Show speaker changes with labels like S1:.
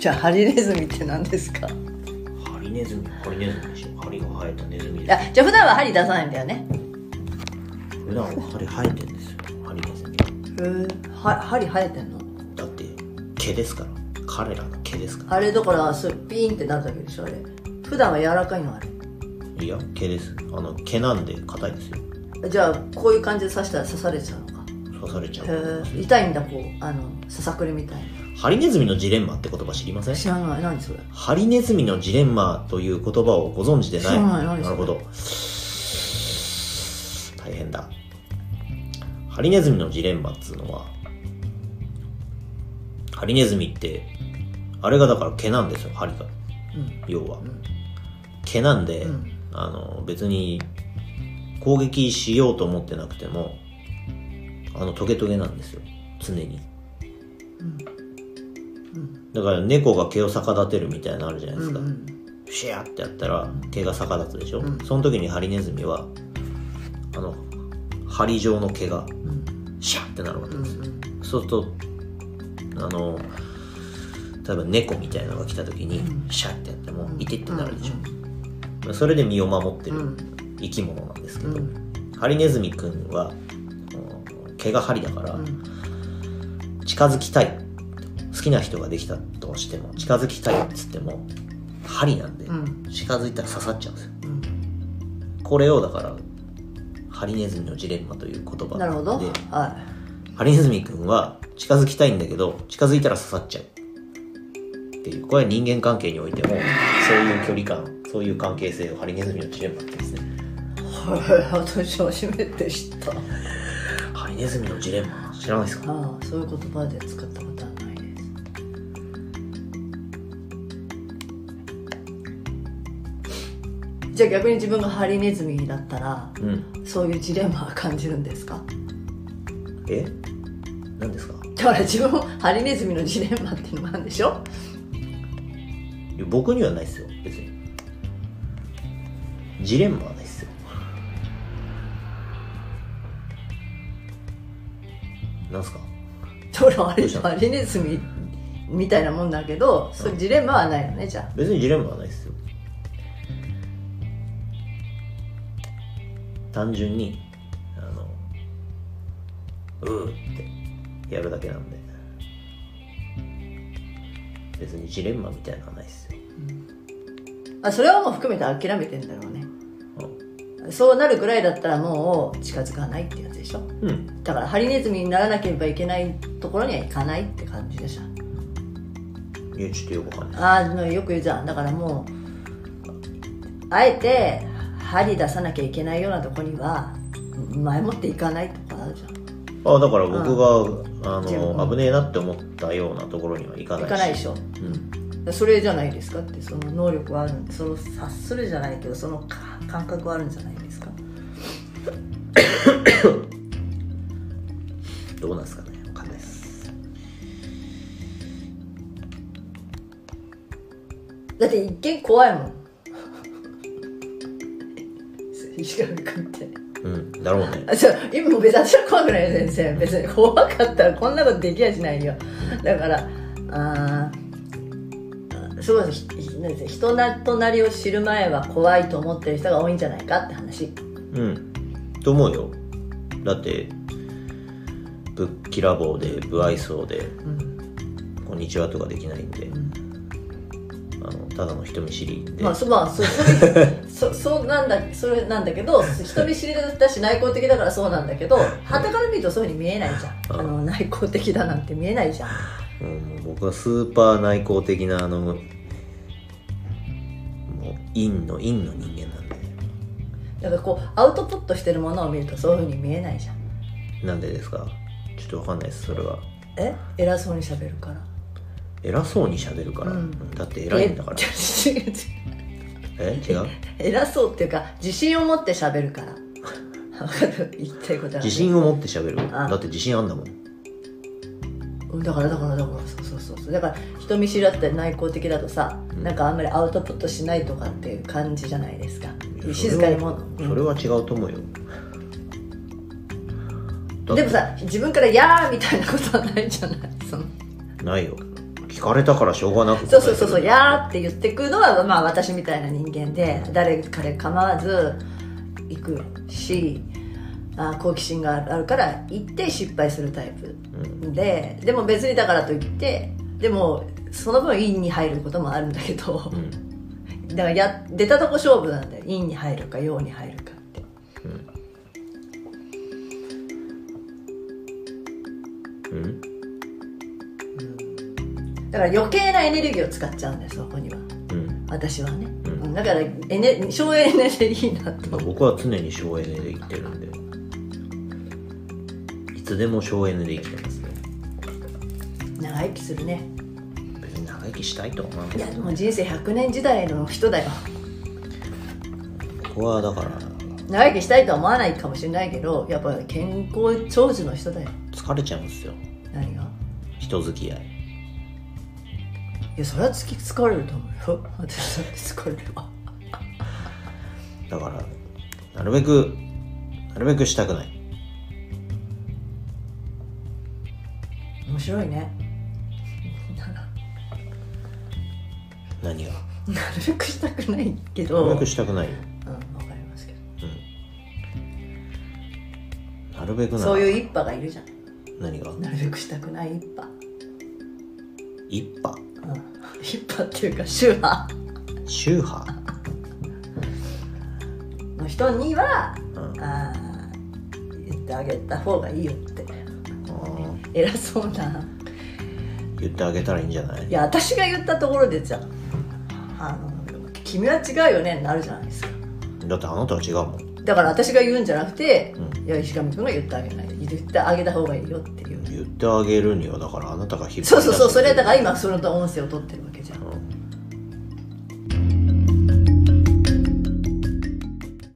S1: じゃあハリネズミって何ですか
S2: ハリネズミハリネズミでしょハリが生えたネズミ
S1: い
S2: で
S1: やじゃあ普段は針出さないんだよね
S2: 普段はハリ生えてんですよハリネズミ
S1: へえ針生えてんの
S2: だって毛ですから彼らの毛ですか
S1: あれだからすピーンってなるだけでしょあれ普段は柔らかいのあれ
S2: らいや毛ですあの毛なんで硬いですよ
S1: じゃあこういう感じで刺したら刺されちゃうのか
S2: 刺されちゃう
S1: へえ痛いんだこうあのささくれみたい
S2: ハリネズミのジレンマって言葉知りません
S1: な知らない何それ
S2: ハリネズミのジレンマという言葉をご存知でない
S1: 知らない何そ
S2: る
S1: れ
S2: ほど大変だハリネズミのジレンマっつうのはハリネズミってあれがだから毛なんですよ針が
S1: うん
S2: 要は毛なんで、
S1: うん
S2: あの別に攻撃しようと思ってなくてもあのトゲトゲなんですよ常にだから猫が毛を逆立てるみたいなのあるじゃないですか、シェアってやったら毛が逆立つでしょ、
S1: うん
S2: その時にハリネズミはあの針状の毛がシャッってなるわけですよ、そうするとあの例えば猫みたいなのが来た時に
S1: う
S2: シャッってやってもいてってなるでしょ、
S1: ょ
S2: それで身を守って
S1: う
S2: る
S1: ん
S2: 生き物なんですけど、
S1: うん
S2: ハリネズミくんはうん毛が針だから、近づきたい好きな人ができたとしても近づきたいっつっても針なんで、
S1: うん
S2: 近づいたら刺さっちゃうんですよ
S1: うん
S2: これをだからハリネズミのジレンマという言葉
S1: なるほど
S2: で
S1: は
S2: ハリネズミくんは近づきたいんだけど近づいたら刺さっちゃうっていうこれは人間関係においてもそういう距離感そういう関係性をハリネズミのジレンマって言うんですね
S1: いはい私初めて知った
S2: ハリネズミのジレンマ知らないですか
S1: ああそういう言葉で使ったことはないですじゃあ逆に自分がハリネズミだったら
S2: うん
S1: そういうジレンマは感じるんですか
S2: え何ですか
S1: だから自分もハリネズミのジレンマっていうのもあるんでしょ
S2: いや僕にはないですよ別にジレンマはないですよなんすか
S1: ほらあ
S2: ど
S1: れ
S2: うした
S1: ハリネズミみたいなもんだけどそういうジレンマはないよねじゃあ
S2: 別にジレンマはないですよ単純にあのうーってやるだけなんで別にジレンマみたいなのはないですよ、
S1: あそれはもう含めて諦めてんだろうね
S2: う
S1: そうなるぐらいだったらもう近づかないってやつでしょ
S2: んうん、
S1: だからハリネズミにならなければいけないところには行かないって感じでし
S2: いやちょっとよくわかんない
S1: たああよく言うじゃんだからもうあえて針出さなきゃいけないようなとこには前もって行かないとかあるじゃん
S2: あだから僕が、あ
S1: 自分
S2: の危ねえなって思ったようなところには行かない
S1: 行
S2: し
S1: かないでしょ
S2: うん、
S1: それじゃないですかってその能力はあるんでその察するじゃないけどそのか感覚はあるんじゃないですか
S2: どうなんですかねわかんないです
S1: だって一見怖いもん 石上君って
S2: うんだろうね
S1: あそう今も別に私は怖くないよ先生別に怖かったらこんなことできやしないよだからあーすごいひひなんて人なとなりを知る前は怖いと思ってる人が多いんじゃないかって話
S2: うんと思うよだってぶっきらぼうで不愛想で
S1: うん、
S2: こんにちはとかできないんであのただの人見知りで、
S1: まあそまあそそれそ そうなんだそれなんだけど人見知りだし内向的だからそうなんだけどはたから見るとそういうふうに見えないじゃんあの内向的だなんて見えないじゃん
S2: うんもう僕はスーパー内向的なあのもう陰の陰の人間なんで
S1: だからこうアウトプットしてるものを見るとそういうふうに見えないじゃん
S2: なんでですかちょっとわかんないですそれは
S1: え偉そうにしゃべるから
S2: 偉そうに喋るから、
S1: うん
S2: うんだって偉いんだから
S1: え違う違う
S2: え違う
S1: 偉そうっていうか自信を持って喋るから分かる言いたいことは
S2: 自信を持って喋る
S1: あ
S2: だって自信あんだもん
S1: うんだからだからだからそうそうそうそうだから人見知りだったり内向的だとさ、
S2: うん
S1: なんかあんまりアウトプットしないとかっていう感じじゃないですか
S2: いや
S1: 静かにも
S2: それはそれは違うと思うよ
S1: うんでもさ自分から「やー」みたいなことはないじゃないその
S2: ないよき聞かれたからしょうがなく
S1: そうそうそうそう「
S2: 答え
S1: やー」って言ってくのは、まあ、私みたいな人間で誰彼構わず行くしあ好奇心があるから行って失敗するタイプ
S2: てるうん
S1: ででも別にだからといってでもその分陰に入ることもあるんだけど
S2: うん
S1: だからや出たとこ勝負なんだよ陰に入るか陽に入るかって
S2: うん
S1: だから余計なエネルギーを使っちゃうんだよそこには
S2: うん
S1: 私はね、
S2: うん
S1: うんだからエネ省エネでいいなと
S2: 僕は常に省エネで生きてるんでいつでも省エネで生きてますね
S1: 長生きするね
S2: 別に長生きしたいとは思わない
S1: いやもう人生100年時代の人だよ
S2: 僕はだから
S1: 長生きしたいとは思わないかもしれないけどやっぱ健康長寿の人だよ
S2: 疲れちゃうんですよ
S1: 何が
S2: 人付き合い
S1: いやそれは月疲れると思うよ私だって疲れるわ
S2: だからなるべくなるべくしたくない
S1: 面白いね
S2: 何が
S1: なるべくしたくないけ
S2: な
S1: ど
S2: る
S1: うん
S2: べ
S1: わ
S2: く
S1: か
S2: したくないよ
S1: りますけど
S2: なるべくなら
S1: そういう一派がいるじゃん
S2: 何が
S1: なるべくしたくない一派
S2: 一派
S1: うん一派っていうか宗派
S2: 宗派
S1: の人には
S2: うん
S1: あー言ってあげた方がいいよって
S2: うん
S1: 偉そうな
S2: 言ってあげたらいいんじゃない
S1: いや私が言ったところでじゃああの君は違うよねになるじゃないですか
S2: だってあなたは違うもん
S1: だから私が言うんじゃなくて、
S2: う
S1: いや石上君が言ってあげない言ってあげた方がいいよっていう
S2: 言ってあげるにはだからあなたが引っ張り出す
S1: そうそうそうそれだから今その音声を取ってるわけじゃん
S2: うん